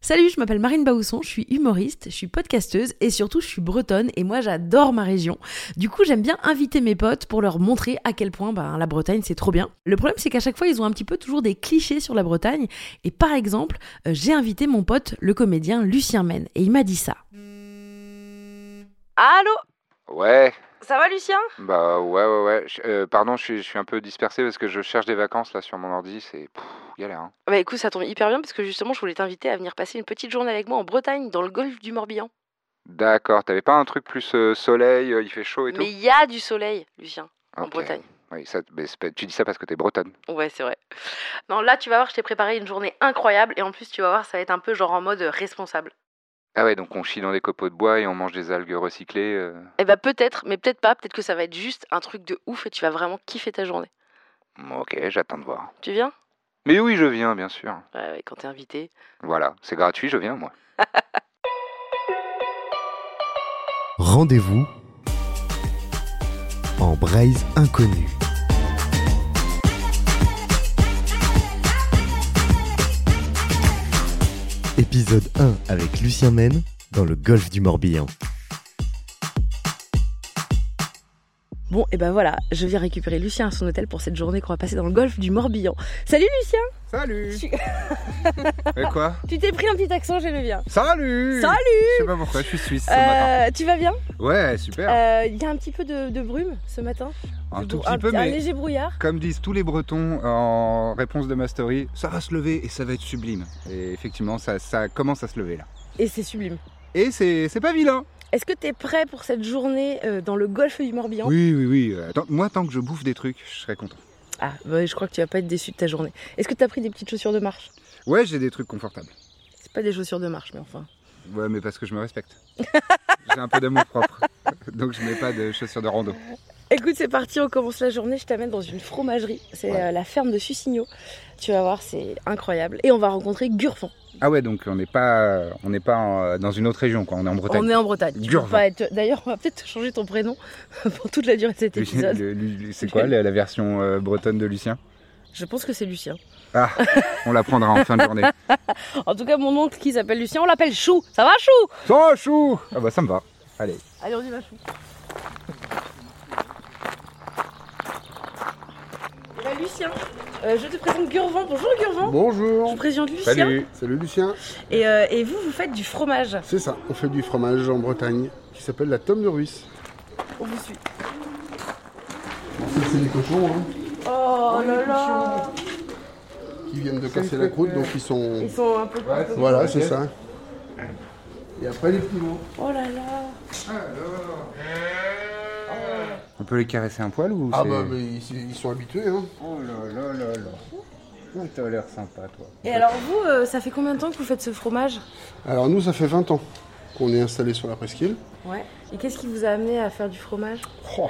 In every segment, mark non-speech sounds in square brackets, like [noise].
Salut, je m'appelle Marine Baousson, je suis humoriste, je suis podcasteuse et surtout je suis bretonne et moi j'adore ma région. Du coup j'aime bien inviter mes potes pour leur montrer à quel point ben, la Bretagne c'est trop bien. Le problème c'est qu'à chaque fois ils ont un petit peu toujours des clichés sur la Bretagne et par exemple euh, j'ai invité mon pote le comédien Lucien Mène et il m'a dit ça. Allô Ouais, Ça va Lucien bah ouais, ouais, ouais. Je- euh, pardon, je suis, je suis un peu dispersé parce que je cherche des vacances là sur mon ordi, c'est pff, galère. hein. Bah écoute ça tombe hyper bien parce que justement je voulais t'inviter à venir passer une petite journée avec moi en Bretagne dans le golfe du Morbihan. D'accord, t'avais pas un truc plus euh, soleil, euh, il fait chaud et Mais il y a du soleil Lucien tout en Ok. Bretagne. Oui, ça, mais c'est pas- tu dis ça parce que t'es bretonne. Ouais, c'est vrai. Non, là, tu vas voir, je t'ai préparé une journée incroyable et en plus, tu vas voir, ça va être un peu genre en mode euh, responsable. Ah ouais, donc on chie dans des copeaux de bois et on mange des algues recyclées. euh. Eh bah, peut-être, mais peut-être pas. Peut-être que ça va être juste un truc de ouf et tu vas vraiment kiffer ta journée. Bon, Ok, j'attends de voir. Tu viens Mais oui, je viens, bien sûr. Ouais, ouais, quand t'es invité. Voilà, c'est gratuit, je viens, moi. Rendez-vous en Braise inconnue. Épisode 1 avec Lucien Mène dans le golfe du Morbihan. Bon, et ben voilà, je viens récupérer Lucien à son hôtel pour cette journée qu'on va passer dans le golfe du Morbihan. Salut Lucien Salut Tu- Et quoi Tu t'es pris un petit accent, j'ai le bien. Salut Salut Je sais pas pourquoi, je suis suisse ce matin. Euh, Tu vas bien Ouais, super Euh, Il y a un petit peu de, de brume ce matin. Un Du tout brou- petit peu, un mais léger brouillard. comme disent tous les Bretons en réponse de ma story, ça va se lever et ça va être sublime. Et effectivement, ça, ça commence à se lever là. Et c'est sublime. Et c'est c'est pas vilain Est-ce que t'es prêt pour cette journée euh, dans le golfe du Morbihan Oui, oui, oui. euh, tant- moi, tant que je bouffe des trucs, je serais content. Ah, bah, je crois que tu vas pas être déçu de ta journée. Est-ce que t'as pris des petites chaussures de marche Ouais, j'ai des trucs confortables. C'est pas des chaussures de marche, mais enfin. Ouais, mais parce que je me respecte. j'ai un peu d'amour propre. Donc je mets pas de chaussures de rando. Écoute, c'est parti, on commence la journée. Je t'amène dans une fromagerie. C'est Ouais. euh, la ferme de Sucigno. Tu vas voir, c'est incroyable. Et on va rencontrer Gurfan. Ah ouais, donc on n'est pas, on n'est pas en- dans une autre région, quoi. On est en Bretagne. On est en Bretagne. Tu peux Gurfan. pas être- D'ailleurs, on va peut-être te changer ton prénom [laughs] pour toute la durée de cet Lu- épisode. le- le- C'est quoi la, la version euh, bretonne de Lucien Je pense que c'est Lucien. Ah, on la prendra en fin de journée. En tout cas, mon oncle qui s'appelle Lucien, on l'appelle Chou. Ça va, Chou Sans chou Ah bah ça me va. Allez. Allez, on y va, Chou. Eh ben, Lucien, euh, je te présente Gurvan. Bonjour, Gurvan. Je vous Bonjour. présente Lucien. Salut. Salut Lucien. Et, euh, et vous, vous faites du fromage. C'est ça, on fait du fromage en Bretagne qui s'appelle la tome de Ruisse. On vous suit. C'est des cochons hein, Oh là là qui viennent de casser la croûte, donc ils sont. Ils sont un peu. Voilà, c'est ça. Et après les petits mots. Oh là là On peut les caresser un poil ou Ah c'est- bah mais ils, ils sont habitués. Hein. Oh là là là là. Oh, T'as l'air sympa toi. Et alors vous, euh, ça fait combien de temps que vous faites ce fromage Alors nous, ça fait 20 ans qu'on est installé sur la presqu'île. Ouais. Et qu'est-ce qui vous a amené à faire du fromage Oh,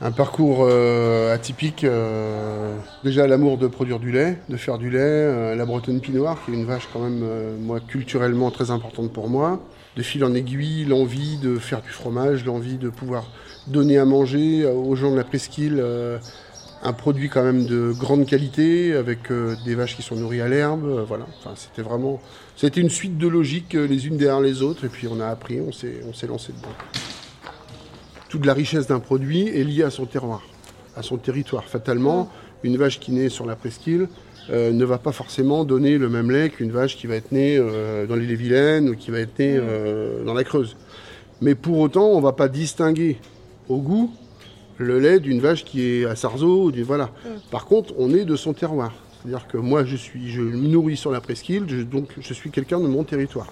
un parcours euh, atypique. euh, déjà l'amour de produire du lait, de faire du lait, euh, la Bretonne Pinoire, qui est une vache quand même, euh, moi, culturellement très importante pour moi. De fil en aiguille, l'envie de faire du fromage, l'envie de pouvoir donner à manger euh, aux gens de la presqu'île euh, un produit quand même de grande qualité, avec euh, des vaches qui sont nourries à l'herbe. euh, voilà, enfin, c'était vraiment... C'était une suite de logiques euh, les unes derrière les autres, et puis on a appris, on s'est on s'est lancé dedans toute la richesse d'un produit est liée à son terroir, à son territoire. Fatalement, une vache qui naît sur la presqu'île euh, ne va pas forcément donner le même lait qu'une vache qui va être née euh, dans l'île et Vilaine ou qui va être née euh, dans la Creuse. Mais pour autant, on ne va pas distinguer au goût le lait d'une vache qui est à Sarzeau. ou du- Voilà. Par contre, on est de son terroir. C'est-à-dire que moi, je, suis, je me nourris sur la presqu'île, je- donc je suis quelqu'un de mon territoire.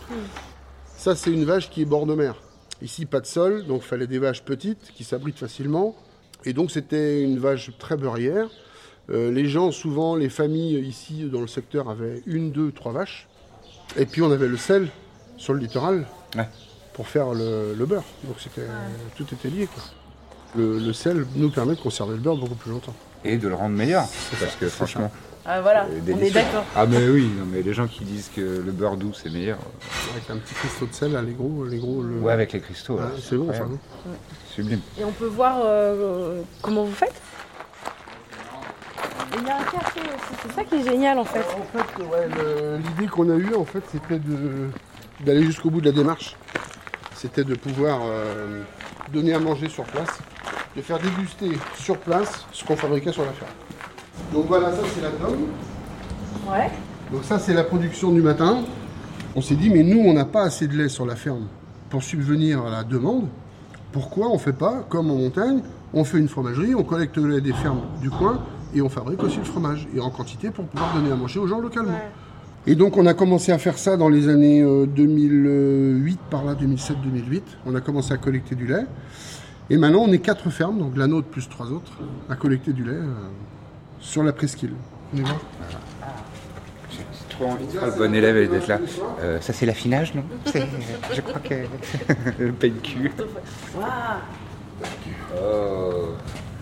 Ça, c'est une vache qui est bord de mer. Ici, pas de sol, donc fallait des vaches petites qui s'abritent facilement. Et donc, c'était une vache très beurrière. Euh, les gens, souvent, les familles ici dans le secteur avaient une, deux, trois vaches. Et puis, on avait le sel sur le littoral Ouais. pour faire le, le beurre. Donc, c'était, tout était lié. quoi. Le, le sel nous permet de conserver le beurre beaucoup plus longtemps. Et de le rendre meilleur. Parce que franchement, Euh, Ah voilà, c'est on est Euh, délicieux. d'accord. Ah mais oui, non, mais les gens qui disent que le beurre doux c'est meilleur. Avec un petit cristaux de sel, là, les gros. Les gros le- Ouais avec les cristaux. Ah, là, c'est bon, ça. incroyable. non Sublime. Et on peut voir euh, euh, comment vous faites Et il y a un café aussi, c'est ça qui est génial en fait. En fait, ouais, le- l'idée qu'on a eue, en fait, c'était de- d'aller jusqu'au bout de la démarche. C'était de pouvoir euh, donner à manger sur place, de faire déguster sur place ce qu'on fabriquait sur la ferme. Donc voilà, ça c'est la tome. Ouais. Donc ça c'est la production du matin. On s'est dit, mais nous on n'a pas assez de lait sur la ferme pour subvenir à la demande. Pourquoi on ne fait pas comme en montagne On fait une fromagerie, on collecte le lait des fermes du coin et on fabrique aussi le fromage et en quantité pour pouvoir donner à manger aux gens localement. Et donc on a commencé à faire ça dans les années euh, 2008, par là 2007-2008. On a commencé à collecter du lait. Et maintenant on est quatre fermes, donc la nôtre plus trois autres, à collecter du lait euh, sur la presqu'île. On y va J'ai trop envie de faire le Ah, bon élève et d'être là. Euh, ça, c'est l'affinage, non [laughs] C'est- Je crois que. [laughs] le pain de cul. Oh.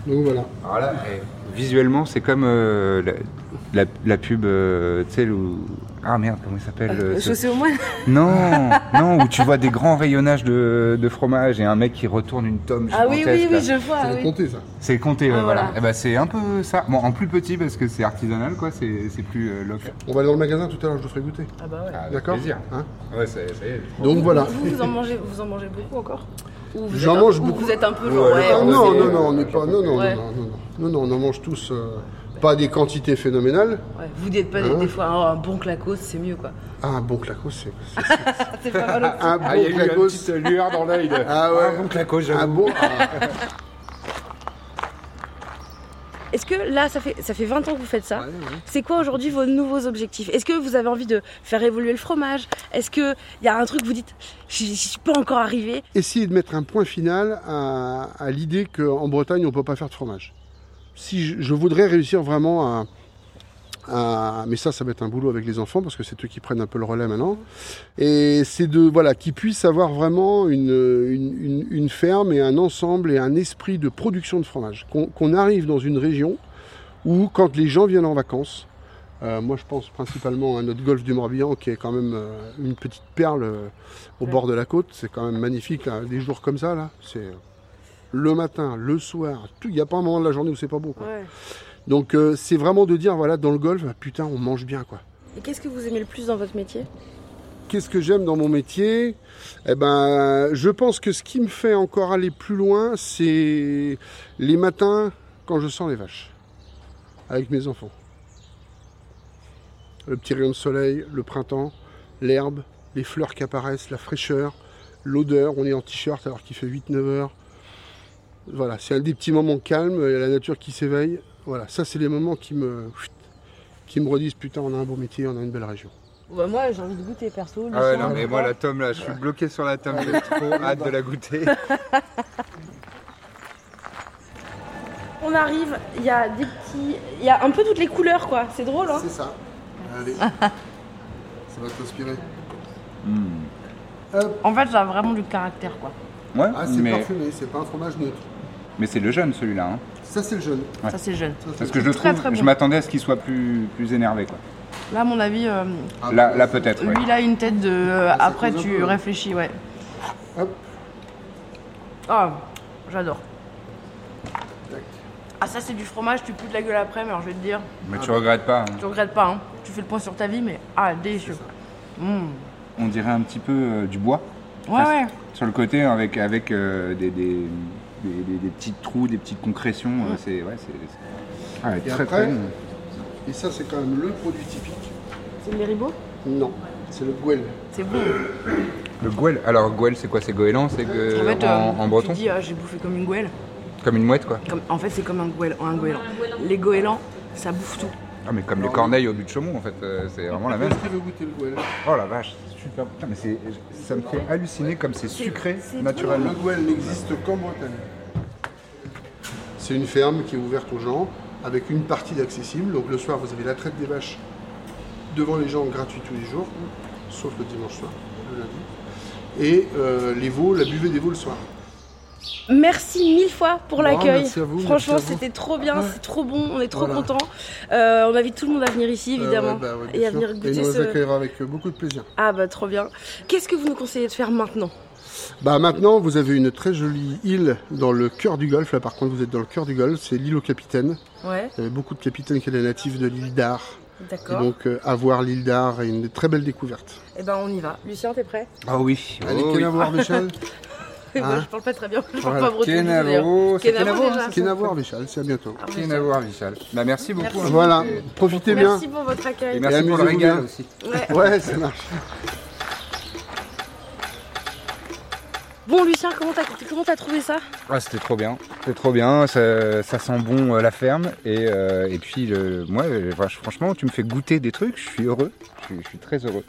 Donc voilà. Alors là, eh, visuellement, c'est comme euh, la, la- la pub, euh, tu sais, où... Ah merde, comment il s'appelle euh, ce- Je sais au moins. [laughs] Non, non, où tu vois des grands rayonnages de, de fromage et un mec qui retourne une tome Ah oui, oui, gigantesque, là. oui, je vois. Ça va oui. compter ça. C'est compté, ouais, Ah, voilà. voilà. Eh ben, c'est un peu ça. Bon, en plus petit parce que c'est artisanal, quoi, c'est c'est plus euh, local. On va aller dans le magasin tout à l'heure, je vous ferai goûter. Ah bah ouais. Ah, avec D'accord plaisir. Hein Ouais, ça, ça y est. Donc voilà. Vous, vous en mangez, vous en mangez beaucoup encore Ou vous J'en êtes un- mange ou beaucoup. Vous êtes un peu genre, Ouais, ouais, Ah on non, sait- non, non, on n'est pas. Non, non, Ouais. non, non, non, non, non, on en mange tous. euh, pas des quantités phénoménales. ouais. Vous dites pas Hein des, des fois oh, un bon clacos, c'est mieux quoi. Ah, un bon claco, c'est. c'est- c'est pas [laughs] mal aussi. Un bon Ah, il y a eu une claco, petite lueur dans l'œil. de- Ah ouais. Un bon claco, un j'avoue. bon. ah. Est-ce que là, ça fait, ça fait 20 ans que vous faites ça C'est quoi aujourd'hui vos nouveaux objectifs Est-ce que vous avez envie de faire évoluer le fromage Est-ce qu'il y a un truc, vous dites, je je suis pas encore arrivé Essayer de mettre un point final à, à l'idée qu'en Bretagne, on ne peut pas faire de fromage. Si je, je voudrais réussir vraiment à, à- Ah, Mais ça, ça va être un boulot avec les enfants, parce que c'est eux qui prennent un peu le relais maintenant. Et c'est de... Voilà, qu'ils puissent avoir vraiment une, une- une- une ferme et un ensemble et un esprit de production de fromage. Qu'on qu'on arrive dans une région où, quand les gens viennent en vacances, euh, moi je pense principalement à notre golfe du Morbihan, qui est quand même euh, une petite perle... euh, au Ouais. bord de la côte. C'est quand même magnifique, là, des jours comme ça, là. C'est le matin, le soir, tout. Il n'y a pas un moment de la journée où c'est pas beau, quoi. Donc, euh, c'est vraiment de dire, voilà, dans le golf, putain, on mange bien, quoi. Et qu'est-ce que vous aimez le plus dans votre métier Qu'est-ce que j'aime dans mon métier Eh ben, je pense que ce qui me fait encore aller plus loin, c'est les matins quand je sens les vaches avec mes enfants. Le petit rayon de soleil, le printemps, l'herbe, les fleurs qui apparaissent, la fraîcheur, l'odeur. On est en t-shirt alors qu'il fait 8-9 heures. Voilà, c'est un des petits moments calmes, il y a la nature qui s'éveille. Voilà, ça c'est les moments qui me, qui me redisent putain, on a un beau métier, on a une belle région. bah Moi, j'ai envie de goûter perso. Ah ouais, non, mais moi, la tome, là, je suis bloqué sur la tome. J'ai trop hâte de la [laughs] goûter. On arrive, il y a des petits. Il y a un peu toutes les couleurs quoi, c'est drôle hein C'est ça. Allez. ça va t'inspirer. Mm. En fait, ça a vraiment du caractère quoi. Ouais, Ah, c'est mais, parfumé, c'est pas un fromage neutre. mais c'est le jeune, celui-là. hein. Ça, c'est le jeune. Ouais. Ça, c'est jeune. Ça, c'est Parce le que je le Très, trouve, très bon. je m'attendais à ce qu'il soit plus, plus énervé. Quoi. Là, à mon avis, euh, jeune. Là, là peut-être. ouais. lui, il a une tête de. euh, ça après, cause un tu peu, hein. réfléchis, ouais. Hop. Ah, j'adore. Tac. Ah, ça, c'est du fromage, tu poules de la gueule après, mais alors je vais te dire, Mais tu regrettes pas. hein. tu regrettes pas, hein. Tu fais le point sur ta vie, mais ah, délicieux. Mm. On dirait un petit peu euh, du bois Ouais, Ah, ouais. sur le côté avec, avec euh, des, des, des, des- des petits trous, des petites concrétions. euh, Mm. c'est ouais, c'est- c'est- Ah, elle est Et très après- très bon. Et ça, c'est quand même le produit typique. C'est le ribot Non, c'est le gouel. C'est bon. Euh, Le goël. Alors, goël, c'est quoi C'est goéland C'est que- en fait, en, euh, en breton tu dis, ah, j'ai bouffé comme une goëlle. Comme une mouette, quoi. Comme- en fait, c'est comme un goël, un goéland. Les goélands, ça bouffe tout. Ah, mais comme les corneilles au but de Chaumont, en fait. euh, c'est vraiment la même. Est-ce que vous goûtez le gouel Oh la vache, c'est super. Putain, mais c'est- ça me fait halluciner comme c'est sucré c'est naturellement. Le gouel n'existe qu'en Bretagne. C'est une ferme qui est ouverte aux gens, avec une partie d'accessible. Donc le soir, vous avez la traite des vaches devant les gens gratuit tous les jours, sauf le dimanche soir, le lundi. Et euh, les veaux, la buvée des veaux le soir. Merci mille fois pour l'accueil. merci à vous, Franchement, merci à vous. c'était trop bien, Ouais. c'est trop bon, on est trop Voilà. contents. Euh, on invite tout le monde à venir ici, évidemment. Euh, ouais, bah ouais, bien et à sûr. venir goûter il nous ce- accueillera avec euh, beaucoup de plaisir. Ah bah trop bien. Qu'est-ce que vous nous conseillez de faire maintenant Bah maintenant, vous avez une très jolie île dans le cœur du golfe. Là, par contre, vous êtes dans le cœur du golfe. C'est l'île au capitaine. Ouais, Il y avait beaucoup de capitaines qui étaient natifs de l'île d'Ar. Et d'accord. donc, euh, avoir l'île d'Ar est une très belle découverte. Eh ben on y va. Lucien, t'es prêt [laughs] Ah oui. Allez, oh, oui. [laughs] Kenavo, Michel. Moi, Hein Je parle pas très bien, je parle Voilà. pas breton. du tout, d'ailleurs. Kenavo, c'est Kenavo, Kenavo, déjà. hein, Kenavo, Michel. C'est à bientôt. Ah, c'est mais ça. Kenavo Arvichal. Bah, merci beaucoup. Merci. hein. Voilà. Et- Profitez bien. Ah, Merci pour votre accueil. Et merci pour le amusez-vous régal bien. aussi. Ouais. Ouais, ça marche. Bon Lucien, comment t'as comment t'as trouvé ça Ah, c'était trop bien, c'était trop bien, ça, ça sent bon euh, la ferme et, euh, et puis le- moi euh, enfin, je- franchement tu me fais goûter des trucs, je suis heureux, je suis, je suis très heureux.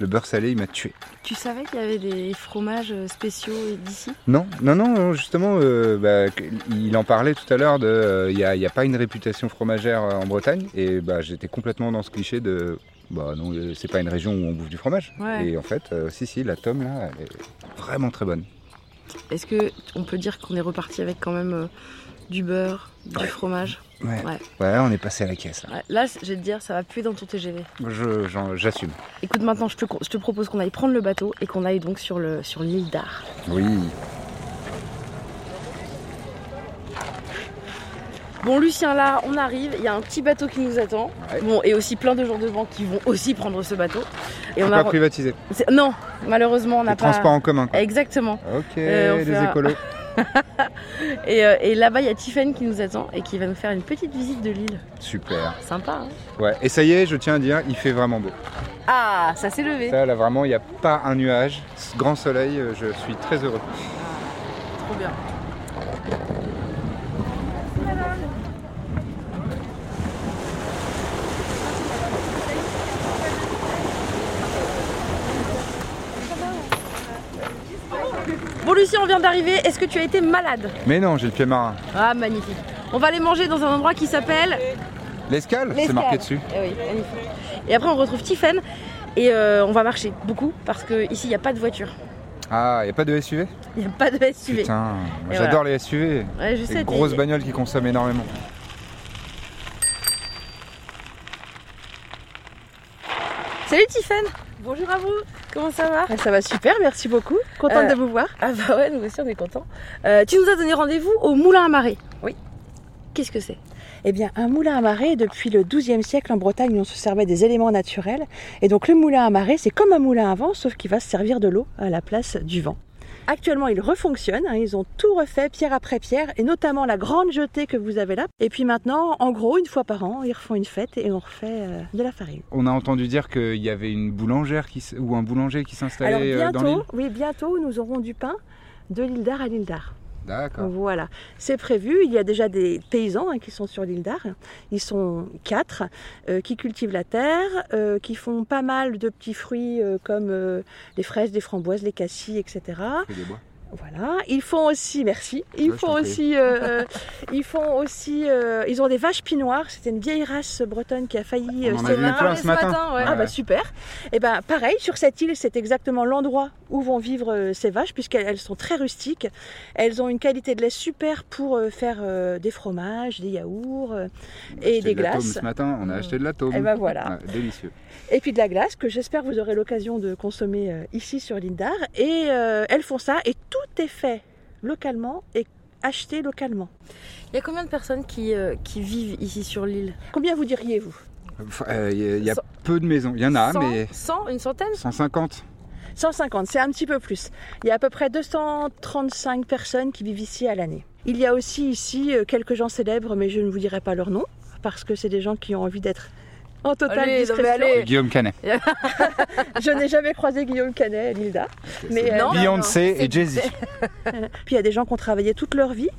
Le beurre salé il m'a tué. Tu savais qu'il y avait des fromages euh, spéciaux d'ici Non, non, non, non, justement euh, bah, que- il en parlait tout à l'heure de euh, il n'y a, il y a pas une réputation fromagère euh, en Bretagne et bah, j'étais complètement dans ce cliché de bah non euh, c'est pas une région où on bouffe du fromage. Ouais. Et en fait euh, si si la tome là elle est vraiment très bonne. Est-ce que on peut dire qu'on est reparti avec quand même euh, du beurre, du Ouais. fromage Ouais. Ouais. ouais. on est passé à la caisse là. Ouais, Là, c- je vais te dire, ça va puer dans ton TGV. Je- j'en- J'assume. Écoute, maintenant, je te, con- je te propose qu'on aille prendre le bateau et qu'on aille donc sur le sur l'île d'Ar. Oui. Bon, Lucien, là, on arrive. Il y a un petit bateau qui nous attend. Ouais. Bon, et aussi plein de gens de banque qui vont aussi prendre ce bateau. Et On on pas a. privatisé. c'est- Non, malheureusement, on n'a Les pas. transports en commun. quoi. Exactement. Ok, Euh, on les fait un- [laughs] écolos. Et, euh, et là-bas, il y a Tiffany qui nous attend et qui va nous faire une petite visite de l'île. Super. Sympa. Hein Ouais. Et ça y est, je tiens à dire, il fait vraiment beau. ah, ça s'est levé. Ça, là, vraiment, il n'y a pas un nuage. Ce Grand soleil, euh, je suis très heureux. Trop bien. Bon Lucie, on vient d'arriver. Est-ce que tu as été malade Mais non, j'ai le pied marin. Ah magnifique. On va aller manger dans un endroit qui s'appelle. L'escale, c'est L'escale. marqué dessus. Eh oui, magnifique. Et après on retrouve Tiffen et euh, on va marcher beaucoup parce que ici il n'y a pas de voiture, [laughs] Ah, il n'y a pas de SUV il n'y a pas de SUV. Putain, moi, Et j'adore les SUV. Ouais, je sais. Les t'es- grosses bagnoles qui consomment énormément. Salut Tiffen Bonjour à vous Comment ça va Ah, Ça va super, merci beaucoup. Contente Euh, de vous voir. Ah bah ouais, nous aussi on est contents. Euh, tu nous as donné rendez-vous au Moulin à Marée. Oui. Qu'est-ce que c'est Eh bien, un moulin à marée, depuis le XIIe siècle en Bretagne, on se servait des éléments naturels. Et donc, le moulin à marée, c'est comme un moulin à vent, sauf qu'il va se servir de l'eau à la place du vent. Actuellement, il refonctionne. hein, ils ont tout refait pierre après pierre, et notamment la grande jetée que vous avez là. Et puis maintenant, en gros, une fois par an, ils refont une fête et on refait euh, de la farine. On a entendu dire qu'il y avait une boulangère qui s- ou un boulanger qui Alors s'installait euh, dans l'île. bientôt, oui, bientôt, nous aurons du pain de l'île d'Ar à l'île d'Ar. D'accord. Voilà, c'est prévu. Il y a déjà des paysans hein, qui sont sur l'île d'Ar. Ils sont quatre euh, qui cultivent la terre, euh, qui font pas mal de petits fruits euh, comme euh, les fraises, des framboises, les cassis, etc. Fais des bois. Voilà. Ils font aussi, merci. Ils Ouais, je font t'en prie. aussi, euh, euh, ils font aussi. euh, ils ont des vaches pinoires. C'était une vieille race bretonne qui a failli On euh, en se a vu faire- plein ce matin. ouais. ah Ouais. bah super. Et ben pareil, sur cette île, c'est exactement l'endroit où vont vivre euh, ces vaches puisqu'elles elles sont très rustiques. Elles ont une qualité de lait super pour euh, faire euh, des fromages, des yaourts euh, et Acheté des Bah, de la tome glaces. Ce matin, on a acheté de la tome. Eh ben voilà. Ouais, délicieux. Et puis de la glace que j'espère vous aurez l'occasion de consommer euh, ici sur l'île d'Ar. Et euh, elles font ça et tout est fait localement et acheté localement. Il y a combien de personnes qui, euh, qui vivent ici sur l'île Combien vous diriez-vous Enfin, euh, Il y a, il y a Cent- peu de maisons. Il y en a, 100, mais 100 Une centaine 150. 150, c'est un petit peu plus. Il y a à peu près 235 personnes qui vivent ici à l'année. Il y a aussi ici euh, quelques gens célèbres, mais je ne vous dirai pas leur nom, parce que c'est des gens qui ont envie d'être en totale Allez, non, mais discrétion. allez. Guillaume Canet. Je n'ai jamais croisé Guillaume Canet et Lilda. Mais, euh, Non, non, Beyoncé non, et Jay-Z. Puis il y a des gens qui ont travaillé toute leur vie,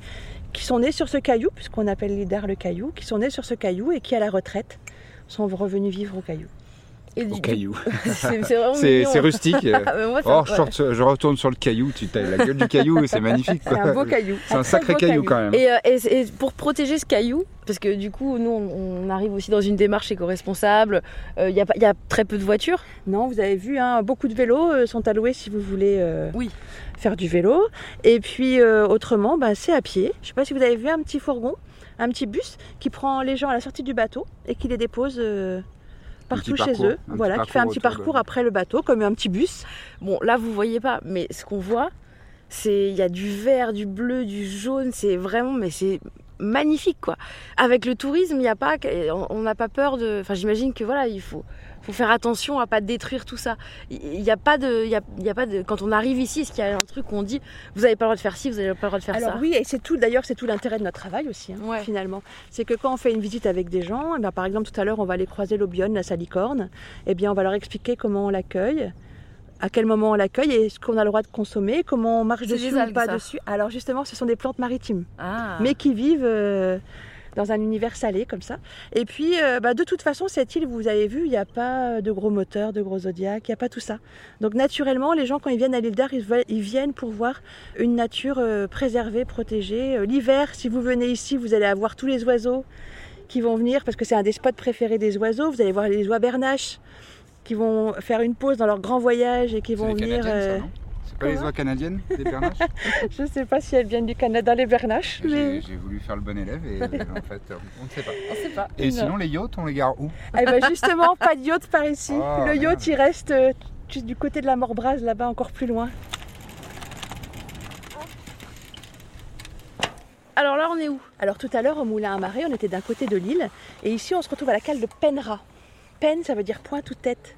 qui sont nés sur ce caillou, puisqu'on appelle l'Idar le caillou, qui sont nés sur ce caillou et qui, à la retraite, sont revenus vivre au caillou. Et du- [laughs] au caillou. C'est c'est vraiment C'est mignon. hein. c'est [laughs] rustique. Ah, mais moi, ça- Oh, ouais. je, sorte- je retourne sur le caillou, tu t'as la gueule du [laughs] caillou, c'est magnifique. C'est un [laughs] quoi. beau caillou. C'est un très sacré beau caillou, quand même. Et, euh, et- et pour protéger ce caillou, parce que du coup, nous, on, on arrive aussi dans une démarche éco-responsable. Il y, a pas- y a très peu de voitures. Non, vous avez vu, hein, beaucoup de vélos euh, sont alloués si vous voulez euh, Oui. faire du vélo. Et puis euh, autrement, bah, c'est à pied. Je ne sais pas si vous avez vu un petit fourgon, un petit bus qui prend les gens à la sortie du bateau et qui les dépose euh, partout petit chez parcours, eux. un petit voilà, qui fait un parcours petit autour de- parcours après le bateau, comme un petit bus. Bon, là, vous voyez pas, mais ce qu'on voit, c'est il y a du vert, du bleu, du jaune. C'est vraiment, mais c'est magnifique, quoi. Avec le tourisme, il n'y a pas, on on n'a pas peur de. Enfin, j'imagine que voilà, il faut. Faut faire attention à pas détruire tout ça. Il n'y a pas de, il y a, il y a pas de. Quand on arrive ici, est-ce qu'il y a un truc où on dit, vous n'avez pas le droit de faire ci, vous n'avez pas le droit de faire Alors ça. oui, et c'est tout. D'ailleurs, c'est tout l'intérêt de notre travail aussi, hein, Ouais. finalement. C'est que quand on fait une visite avec des gens, eh ben, par exemple tout à l'heure, on va aller croiser l'obione, la salicorne. Eh bien, on va leur expliquer comment on l'accueille, à quel moment on l'accueille, et ce qu'on a le droit de consommer, comment on marche C'est dessus des ou algues, pas ça. dessus. Alors justement, ce sont des plantes maritimes, Ah. mais qui vivent. euh, dans un univers salé comme ça. Et puis, euh, bah, de toute façon, cette île, vous avez vu, il n'y a pas de gros moteurs, de gros zodiacs, il n'y a pas tout ça. Donc, naturellement, les gens, quand ils viennent à l'île d'Ar, ils, veulent- ils viennent pour voir une nature euh, préservée, protégée. Euh, L'hiver, si vous venez ici, vous allez avoir tous les oiseaux qui vont venir, parce que c'est un des spots préférés des oiseaux. Vous allez voir les oies bernaches qui vont faire une pause dans leur grand voyage et qui C'est vont les venir... Canadiennes, ça, euh, non C'est pas les oies canadiennes, des bernaches je ne sais pas si elles viennent du Canada, les bernaches. mais- J'ai j'ai voulu faire le bon élève [laughs] et euh, en fait, euh, on ne sait pas. On sait pas. Et sinon, les yachts, on les gare où Eh ben justement, pas de yacht par ici. Oh, le yacht, merde. il reste euh, juste du côté de la Morbrase, là-bas, encore plus loin. Alors là, on est où Alors tout à l'heure, au Moulin à Marais, on était d'un côté de l'île. Et ici, on se retrouve à la cale de Penra. Pen, ça veut dire pointe ou tête.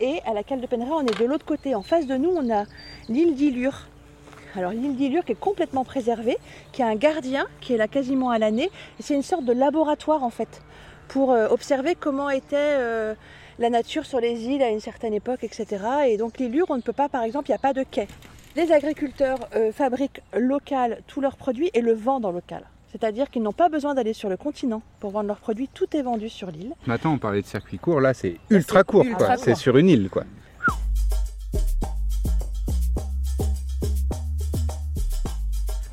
Et à la cale de Penra, on est de l'autre côté. En face de nous, on a l'île d'Ilure. Alors l'île d'Ilure qui est complètement préservée, qui a un gardien qui est là quasiment à l'année. Et c'est une sorte de laboratoire en fait pour euh, observer comment était euh, la nature sur les îles à une certaine époque, etc. Et donc l'Ilure, on ne peut pas, par exemple, il n'y a pas de quai. Les agriculteurs euh, fabriquent local tous leurs produits et le vendent en local. C'est-à-dire qu'ils n'ont pas besoin d'aller sur le continent pour vendre leurs produits, tout est vendu sur l'île. Maintenant, on parlait de circuit court, là, c'est ultra court, ultra quoi. court. C'est sur une [laughs] île, quoi.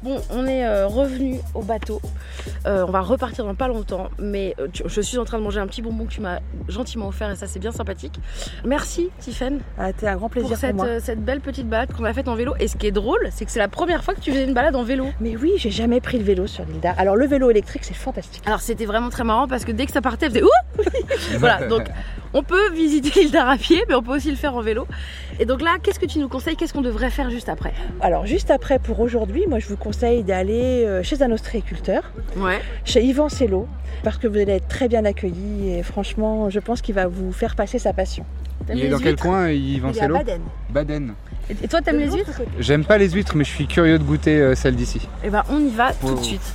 Bon, on est euh, revenu au bateau. Euh, on va repartir dans pas longtemps, mais euh, tu- je suis en train de manger un petit bonbon que tu m'as gentiment offert et ça c'est bien sympathique. Merci Tiffen Ah, C'était un grand plaisir pour pour cette, moi. euh, cette belle petite balade qu'on a faite en vélo. Et ce qui est drôle, c'est que c'est la première fois que tu faisais une balade en vélo. Mais oui, j'ai jamais pris le vélo sur l'île d'Ar. Alors le vélo électrique, c'est fantastique. Alors c'était vraiment très marrant parce que dès que ça partait, elle faisait ouh Voilà, donc on peut visiter l'île d'Ar à pied, mais on peut aussi le faire en vélo. Et donc là, qu'est-ce que tu nous conseilles Qu'est-ce qu'on devrait faire juste après Alors juste après pour aujourd'hui, moi je vous conseille d'aller euh, chez un ostréiculteur, Ouais. chez Yvan Cello, parce que vous allez être très bien accueillis et franchement, je pense qu'il va vous faire passer sa passion. T'aimes Il est les dans quel huîtres coin, Yvan Il est à Cello Baden. Baden. Et et toi, t'aimes De les l'autre huîtres côté. J'aime pas les huîtres, mais je suis curieux de goûter euh, celles d'ici. Eh ben, on y va tout de Wow. suite.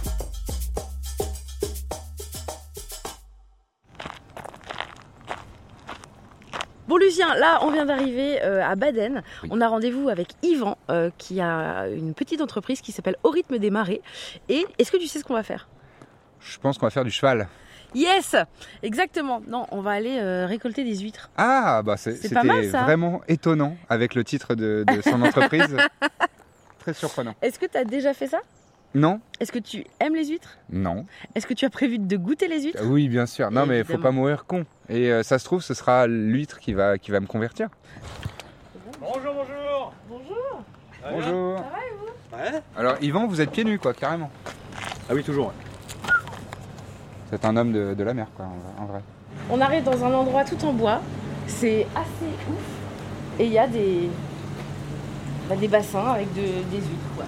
Bon Lucien, là on vient d'arriver euh, à Baden. Oui. On a rendez-vous avec Yvan euh, qui a une petite entreprise qui s'appelle Au rythme des marées. Et est-ce que tu sais ce qu'on va faire Je pense qu'on va faire du cheval. Yes Exactement. Non, on va aller euh, récolter des huîtres. Ah, bah c'est- C'est pas mal, c'était ça. vraiment étonnant avec le titre de, [laughs] de son entreprise. Très surprenant. Est-ce que tu as déjà fait ça Non Est-ce que tu aimes les huîtres Non. Est-ce que tu as prévu de goûter les huîtres Ah Oui, bien sûr. Non, mais faut Évidemment. pas mourir con. Et euh, ça se trouve, ce sera l'huître qui va, qui va me convertir. Bonjour, bonjour Bonjour Bonjour. Ouais Alors, Yvan, vous êtes pieds nus, quoi, carrément. Ah oui, toujours. ouais. C'est un homme de, de la mer, quoi, en vrai- en vrai. On arrive dans un endroit tout en bois. C'est assez ouf. Et il y a des, bah, des bassins avec de- des huîtres, quoi.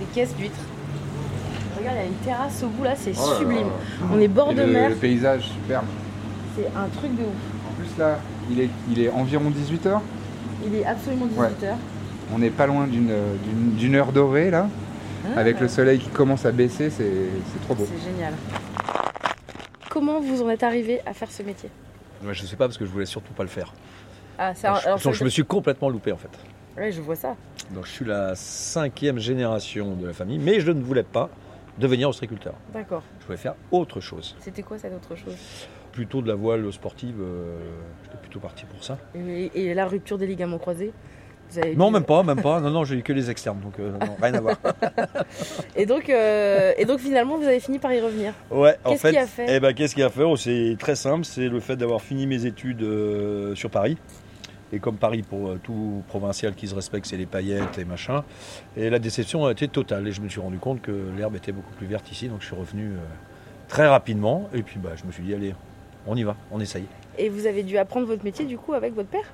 Des caisses d'huîtres. Regarde, il y a une terrasse au bout là, c'est Oh là là. sublime. On est bord Et de le, mer, le paysage, superbe. c'est un truc de ouf. En plus, là, il est, il est environ 18h. Il est absolument 18h. Ouais. On n'est pas loin d'une- d'une d'une heure dorée, là. Avec le soleil qui commence à baisser, c'est c'est trop beau. C'est génial. Comment vous en êtes arrivé à faire ce métier Ouais, Je sais pas parce que je voulais surtout pas le faire. Ah, c'est Donc, je, donc, je me suis complètement loupé en fait. Ouais, je vois ça. Donc je suis la cinquième génération de la famille, mais je ne voulais pas devenir ostréiculteur. D'accord. Je voulais faire autre chose. C'était quoi cette autre chose plutôt de la voile sportive. euh, J'étais plutôt parti pour ça. Et, et la rupture des ligaments croisés vous avez Non, pu- même pas, même pas. Non, non, j'ai eu que les externes, donc euh, non, rien à voir. Et donc, euh, et donc finalement, vous avez fini par y revenir. Ouais, en Qu'est-ce fait, qu'il y a fait eh ben, qu'est-ce qu'il y a à faire C'est très simple, c'est le fait d'avoir fini mes études euh, sur Paris. Et comme Paris, pour euh, tout provincial qui se respecte, c'est les paillettes et machin. Et la déception a été totale. Et je me suis rendu compte que l'herbe était beaucoup plus verte ici, donc je suis revenu euh, très rapidement. Et puis, bah, je me suis dit, allez, on y va, on essaye. Et vous avez dû apprendre votre métier du coup avec votre père.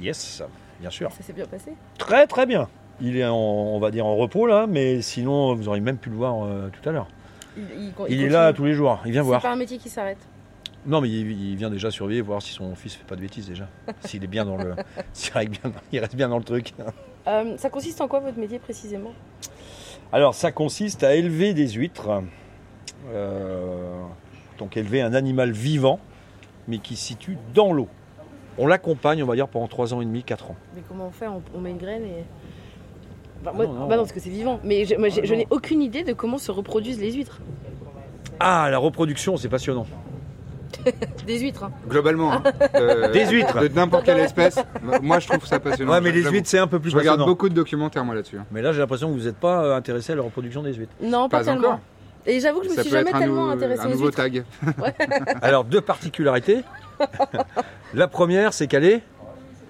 Yes, bien sûr. Ça s'est bien passé. Très très bien. Il est en, on va dire en repos là, mais sinon vous auriez même pu le voir euh, tout à l'heure. Il, Il, est là tous les jours, il vient C'est voir. pas un métier qui s'arrête. Non mais il, il vient déjà surveiller, voir si son fils fait pas de bêtises déjà. S'il est bien dans le. [laughs] s'il reste bien, dans- il reste bien dans le truc. Euh, ça consiste en quoi votre métier précisément Alors ça consiste à élever des huîtres. Euh, donc élever un animal vivant, mais qui se situe dans l'eau. On l'accompagne, on va dire, pendant 3 ans et demi, 4 ans. Mais comment on fait on, on met une graine et. Bah, moi- Non, non. bah non, parce que c'est vivant. Mais je, moi, j'ai- Ah, je non. n'ai aucune idée de comment se reproduisent les huîtres. Ah, la reproduction, c'est passionnant. Des huîtres. hein. Globalement, [laughs] hein, de- Des huîtres. De n'importe quelle espèce. Moi, je trouve ça passionnant. ouais, mais les j'avoue. huîtres, c'est un peu plus Je regarde passionnant. beaucoup de documentaires, moi, là-dessus. hein. Mais là, j'ai l'impression que vous n'êtes pas euh, intéressé à la reproduction des huîtres. [laughs] Non, pas, Pas tellement. encore. Et j'avoue que je me Ça suis peut jamais être un tellement nou- intéressée Un aux nouveau huîtres. tag. Alors, deux particularités. [laughs] la première, c'est qu'elle est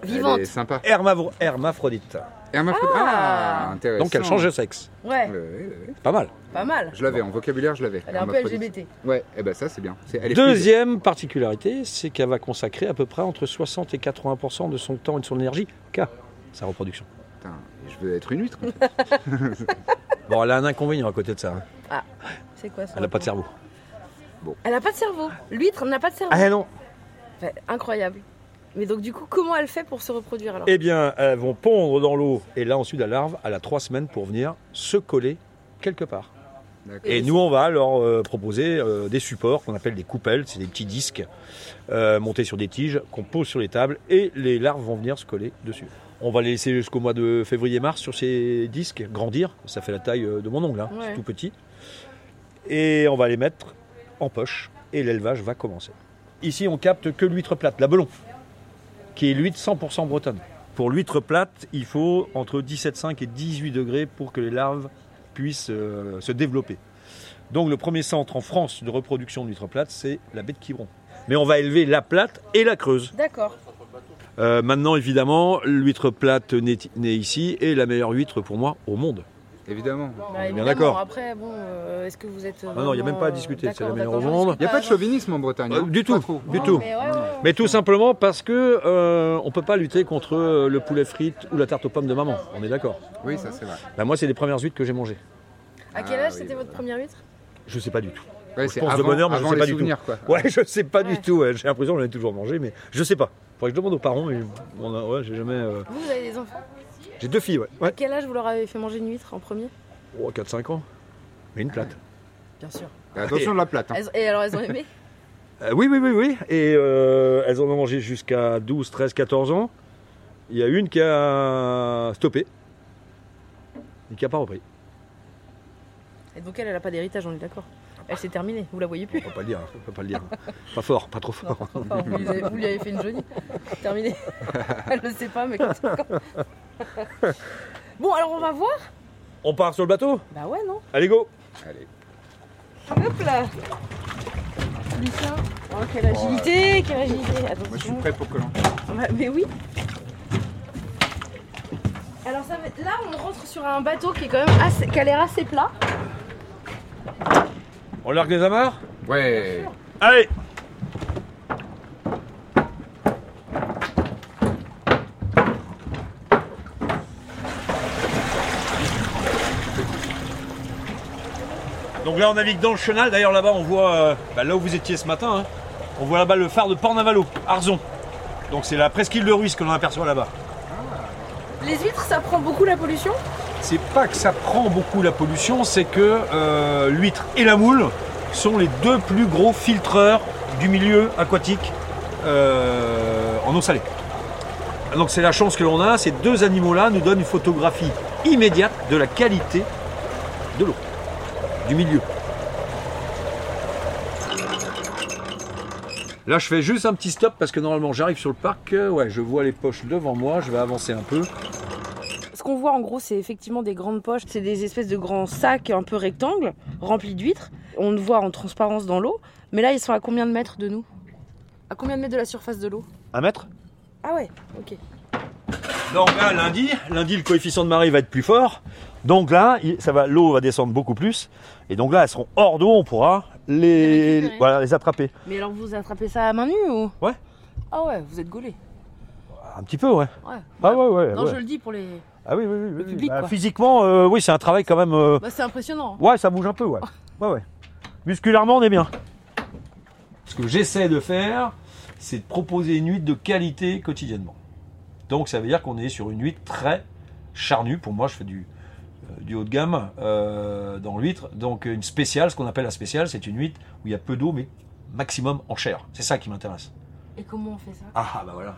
Vivantes. Elle est sympa. hermavro- hermaphrodite. Hermaphrodite. Ah, intéressant. Donc, elle change de sexe. Ouais, Ouais, ouais, ouais. Pas mal. pas mal. Je l'avais, en vocabulaire, je l'avais. Elle est un peu Hermaphrodite. LGBT. Ouais, et ben ça, c'est bien. C'est- elle est fluide. Deuxième particularité, c'est qu'elle va consacrer à peu près entre 60 et 80 de son temps et de son énergie qu'à sa reproduction. Putain, je veux être une huître. en fait. Bon, elle a un inconvénient à côté de ça. hein. C'est quoi ça Elle n'a pas de cerveau. Elle n'a pas de cerveau. L'huître n'a pas de cerveau. Ah non Enfin, incroyable. Mais donc, du coup, comment elle fait pour se reproduire alors Eh bien, elles vont pondre dans l'eau. Et là, ensuite, la larve, elle a trois semaines pour venir se coller quelque part. D'accord. Et nous, on va leur euh, proposer euh, des supports qu'on appelle des coupelles, c'est des petits disques euh, montés sur des tiges qu'on pose sur les tables et les larves vont venir se coller dessus. On va les laisser jusqu'au mois de février-mars sur ces disques grandir, ça fait la taille euh, de mon ongle, hein. Ouais. c'est tout petit. Et on va les mettre en poche et l'élevage va commencer. Ici, on capte que l'huître plate, la belon, qui est l'huître 100% bretonne. Pour l'huître plate, il faut entre 17,5 et 18 degrés pour que les larves puissent euh, se développer. Donc le premier centre en France de reproduction d'huîtres plates, c'est la baie de Quiberon. Mais on va élever la plate et la creuse. D'accord. Euh, maintenant, évidemment, l'huître plate n'est n'est ici et la meilleure huître pour moi au monde. Évidemment. Bah, bien évidemment, d'accord. Après, bon, euh, est-ce que vous êtes. non, il y a même pas à discuter, c'est la meilleure au monde. Il n'y a pas de chauvinisme en Bretagne. Euh, hein. du Pas tout, trop. du tout. Euh, Mais, ouais, ouais, ouais. Mais tout simplement parce que euh, on peut pas lutter contre euh, le poulet frite ou la tarte aux pommes de maman. On est d'accord. Oui, ça, c'est vrai. Bah, moi, c'est les premières huîtres que j'ai mangées. À quel Ah, âge oui, c'était votre voilà. première huître Je sais pas du tout. Ouais, Je c'est pense de avant- bonheur, mais je avant sais les pas du tout. souvenirs, quoi. Ouais, je sais pas Ouais. du tout. ouais. J'ai l'impression que j'en ai toujours mangé, mais je sais pas. Faudrait que je demande aux parents. Mais on a- ouais, j'ai jamais. euh, Vous, vous avez des enfants. J'ai deux filles, ouais. À quel âge vous leur avez fait manger une huître en premier Oh, 4-5 ans. Mais une plate. Bien sûr. Mais Attention de la plate. hein. Elles- Et alors, elles ont aimé Euh, oui, oui, oui, oui. Et euh, elles en ont mangé jusqu'à 12, 13, 14 ans. Il y a une qui a stoppé et qui n'a pas repris. Et donc, elle, elle n'a pas d'héritage, on est d'accord. Elle s'est terminée, vous la voyez plus. [laughs] On peut pas le dire, hein. on peut pas le dire. Pas fort, pas trop Non, fort. enfin, vous, lui avez, vous lui avez fait une jolie. [laughs] Terminée. Elle ne le sait pas, mais. quand- quand- [laughs] bon, alors on va voir. On part sur le bateau Bah ouais, non Allez, go Allez. Hop là Lucien Oh, quelle agilité Quelle agilité Attention. Moi, je suis prêt pour que l'on. Bah, mais oui Alors ça va- là on rentre sur un bateau qui est quand même assez, qui a l'air assez plat. On largue les amarres Ouais. Allez Donc là on navigue dans le chenal, d'ailleurs là-bas on voit, euh, bah, là où vous étiez ce matin, hein, on voit là-bas le phare de Port Navalo, Arzon. Donc c'est la presqu'île de Ruisse que l'on aperçoit là-bas. Ah. Les huîtres ça prend beaucoup la pollution. C'est pas que ça prend beaucoup la pollution, c'est que euh, l'huître et la moule sont les deux plus gros filtreurs du milieu aquatique euh, en eau salée. Donc c'est la chance que l'on a, ces deux animaux-là nous donnent une photographie immédiate de la qualité de l'eau, du milieu. Là, je fais juste un petit stop parce que normalement, j'arrive sur le parc. euh, Ouais, je vois les poches devant moi. Je vais avancer un peu. Ce qu'on voit en gros, c'est effectivement des grandes poches, c'est des espèces de grands sacs un peu rectangles, remplis d'huîtres. On le voit en transparence dans l'eau, mais là ils sont à combien de mètres de nous À combien de mètres de la surface de l'eau Un mètre Ah ouais, ok. Donc là, lundi, lundi, le coefficient de marée va être plus fort. Donc là, il- ça va, l'eau va descendre beaucoup plus. Et donc là, elles seront hors d'eau. On pourra Les les, récupérer. voilà, les attraper. Mais alors vous attrapez ça à main nue ou Ouais. Ah ouais, vous êtes gaulé. Un petit peu, ouais. Ouais. Ah ouais, ouais. Non, ouais. je le dis pour les. Ah oui, oui, oui. oui. public, quoi. physiquement, euh, oui, c'est un travail quand même. euh, Bah c'est impressionnant. Ouais, ça bouge un peu, ouais. Ouais, ouais. Musculairement, on est bien. Ce que j'essaie de faire, c'est de proposer une huile de qualité quotidiennement. Donc, ça veut dire qu'on est sur une huile très charnue. Pour moi, je fais du, euh, du haut de gamme euh, dans l'huître. Donc, une spéciale, ce qu'on appelle la spéciale, c'est une huître où il y a peu d'eau, mais maximum en chair. C'est ça qui m'intéresse. Et comment on fait ça Ah, bah voilà.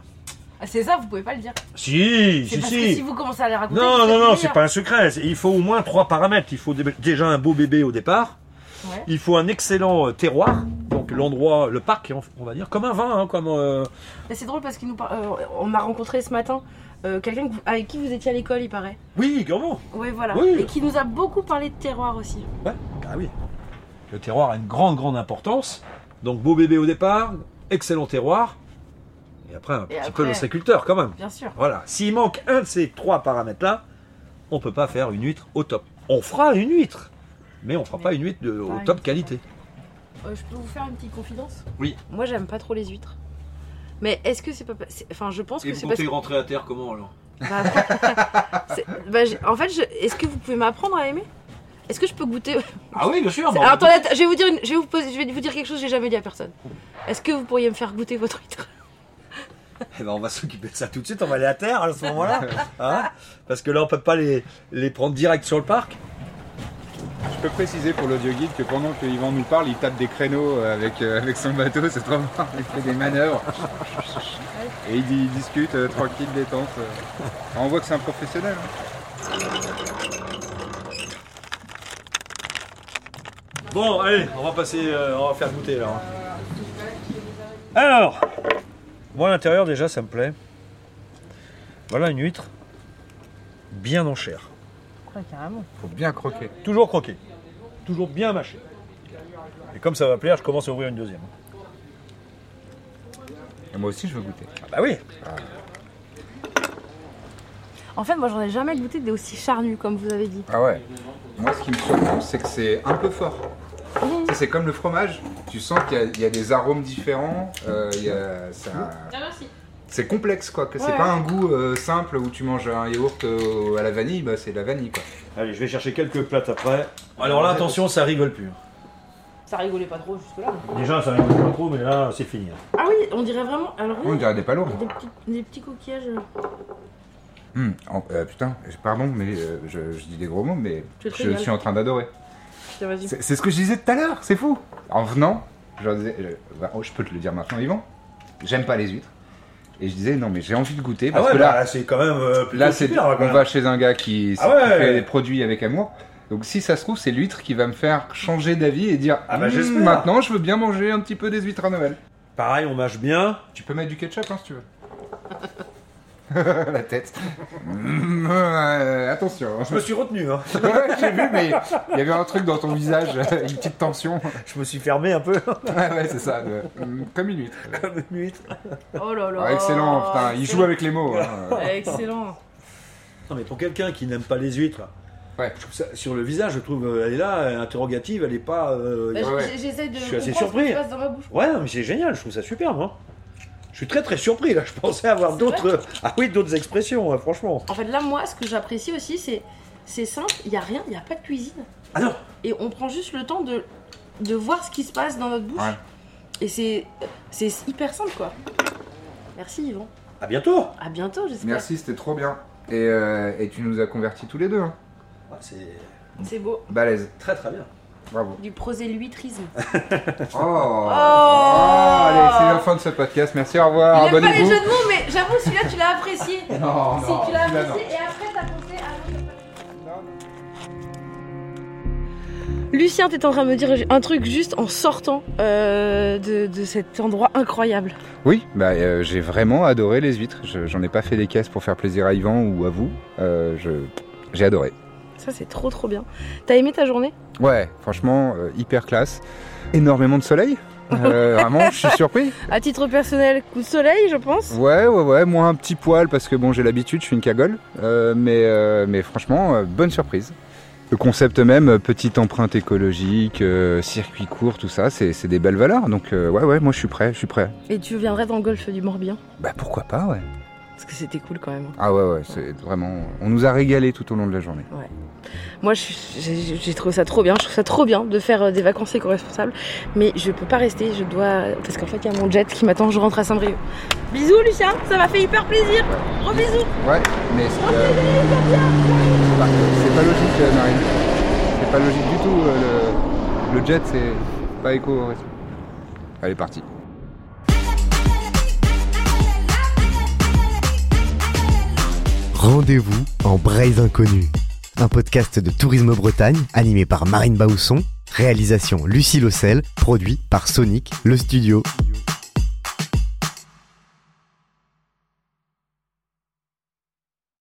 Ah, C'est ça, vous pouvez pas le dire. Si, C'est si, parce si. que si vous commencez à les raconter. Non, vous non, faites non, le c'est meilleur. pas un secret. Il faut au moins trois paramètres. Il faut dé- déjà un beau bébé au départ. Ouais. Il faut un excellent euh, terroir, donc l'endroit, le parc, on- on va dire, comme un vin, hein, comme. euh, Mais c'est drôle parce qu'il nous par- euh, on a rencontré ce matin euh, quelqu'un que vous- avec qui vous étiez à l'école, il paraît. Oui, comment Ouais, voilà. Oui. Et qui nous a beaucoup parlé de terroir aussi. Ah oui. Le terroir a une grande, grande importance. Donc beau bébé au départ, excellent terroir, et après un petit après- peu l'osséculteur quand même. Bien sûr. Voilà. S'il manque un de ces trois paramètres-là, on peut pas faire une huître au top. On fera une huître, mais on fera Mais pas une huître de, au une top huître, qualité. Euh, je peux vous faire une petite confidence Oui. Moi, j'aime pas trop les huîtres. Mais est-ce que c'est pas. c'est- Enfin, je pense que c'est parce que. rentrer à terre comment alors Bah, c'est- bah, j'ai- en fait, je... est-ce que vous pouvez m'apprendre à aimer Est-ce que je peux goûter Ah oui, bien [laughs] bah, sûr. Alors, attendez, je vais vous dire, une- je vais vous poser- je vais vous dire quelque chose que j'ai jamais dit à personne. Est-ce que vous pourriez me faire goûter votre huître Eh ben, on va s'occuper de ça tout de suite, on va aller à terre à ce moment-là. hein, Parce que là, on peut pas les, les prendre direct sur le parc. Je peux préciser pour l'audio guide que pendant que Yvan nous parle, il tape des créneaux avec, euh, avec son bateau, c'est trop marrant, il fait des manœuvres. Et il, dit- il discute euh, tranquille, détente. euh. On voit que c'est un professionnel. hein. Bon, allez, on va passer, euh, on va faire goûter là. Alors, moi à l'intérieur déjà, ça me plaît. Voilà une huître bien en chair. carrément. Faut bien croquer. Toujours croquée, toujours bien mâchée. Et comme ça va plaire, je commence à ouvrir une deuxième. Et moi aussi, je veux goûter. Ah bah oui, En fait, moi, j'en ai jamais goûté des aussi charnues, comme vous avez dit. Ah ouais. Moi, ce qui me surprend, c'est que c'est un peu fort. Tu sais, C'est comme le fromage. Tu sens qu'il y a- il y, a des arômes différents. euh, il y a- ça- C'est complexe, quoi. Que Ouais. c'est pas un goût euh, simple où tu manges un yaourt euh, à la vanille, bah, c'est de la vanille, quoi. allez, je vais chercher quelques plates après. Alors là, attention, ça rigole plus. hein. Ça rigolait pas trop jusque-là. Déjà, ça rigole pas trop, mais là, c'est fini. hein. Ah oui, on dirait vraiment. Alors, oui, On dirait des palourdes. des, petits, des petits coquillages. Hum, en- euh, putain, je- pardon, mais euh, je, je dis des gros mots, mais Tu te je régales. suis en train d'adorer. Putain, vas-y. C'est c'est ce que je disais tout à l'heure, c'est fou. En venant, je, leur disais, je- bah, oh, je peux te le dire maintenant, Yvan, j'aime pas les huîtres. Et je disais, non, mais j'ai envie de goûter parce que là, Ah c'est quand même euh, plutôt Ah bah, là, c'est, super, quand on même. va chez un gars qui, Ah qui ouais. fait des produits avec amour. Donc si ça se trouve, c'est l'huître qui va me faire changer d'avis et dire, Ah bah, Hum, j'espère. maintenant, je veux bien manger un petit peu des huîtres à Noël. Pareil, on mâche bien. Tu peux mettre du ketchup, hein, si tu veux. [laughs] La tête. [laughs] Hum, euh, attention. Je me suis retenu, hein. [laughs] Ouais, J'ai vu, mais il y avait un truc dans ton visage, [laughs] une petite tension. je me suis fermé un peu [laughs] Ouais, ouais, c'est ça, de- hum, comme une huître. comme une huître. Oh là là. Ah, excellent, putain, il joue avec les mots. hein. Excellent. Non mais pour quelqu'un qui n'aime pas les huîtres, Ouais. je trouve ça- sur le visage, je trouve, euh, elle est là, euh, interrogative, elle est pas. euh, Bah, y a- j- ouais. j- J'essaie de. Je suis assez comprendre ce qui surpris. se passe dans ma bouche. Ouais, non, mais c'est génial, je trouve ça superbe. hein. Je suis très très surpris là. Je pensais avoir C'est d'autres, [laughs] ah oui, d'autres expressions, hein, franchement. En fait, là, moi, ce que j'apprécie aussi, c'est c'est simple, il n'y a rien, il n'y a pas de cuisine. Ah non. Et on prend juste le temps de, de voir ce qui se passe dans notre bouche. Ouais. Et c'est c'est hyper simple, quoi. Merci, Yvan. À bientôt. À bientôt, j'espère. Merci, c'était trop bien. Et, euh, et tu nous as convertis tous les deux. Hein. Ah, c'est C'est beau. Balèze, très très bien. [laughs] bravo. Du prosélytrisme. Oh, Allez, c'est la fin de ce podcast, merci, au revoir, J'aime pas les abonnez-vous. jeux de mots, mais j'avoue, celui-là, tu l'as apprécié. Ah, Non, Si, non, tu l'as celui-là, non. apprécié, et après, t'as pensé à... Lucien, t'es en train de me dire un truc juste en sortant euh, de, de cet endroit incroyable. Oui, bah, euh, j'ai vraiment adoré les huîtres. Je- J'en ai pas fait des caisses pour faire plaisir à Yvan ou à vous. Euh, je- J'ai adoré. Ça, c'est trop trop bien. T'as aimé ta journée Ouais, franchement, euh, hyper classe. Énormément de soleil. Euh, vraiment, je suis surpris. À titre personnel, coup de soleil, je pense. Ouais, ouais, ouais, moi un petit poil parce que bon, j'ai l'habitude, je suis une cagole. Euh, mais, euh, mais franchement, euh, bonne surprise. Le concept même, euh, petite empreinte écologique, euh, circuit court, tout ça, c'est c'est des belles valeurs. Donc euh, ouais, ouais, moi je suis prêt, je suis prêt. Et tu viendrais dans le golfe du Morbihan Bah pourquoi pas, ouais. Parce que c'était cool quand même. Ah ouais, ouais, c'est vraiment... On nous a régalé tout au long de la journée. Moi, je suis- j'ai j'ai trouvé ça trop bien. Je trouve ça trop bien de faire euh, des vacances éco-responsables. Mais je peux pas rester. Je dois. Parce qu'en fait, il y a mon jet qui m'attend. Je rentre à Saint-Brieuc. Bisous, Lucien. Ça m'a fait hyper plaisir. Gros bisous. Ouais, mais c'est euh, c'est pas, c'est pas logique, euh, Marine. C'est pas logique du tout. euh, le, le jet, c'est pas éco hein. Allez, parti. Rendez-vous en Braise Inconnue. Un podcast de Tourisme Bretagne animé par Marine Baousson. Réalisation Lucie Lossel. Produit par Sonic, le studio.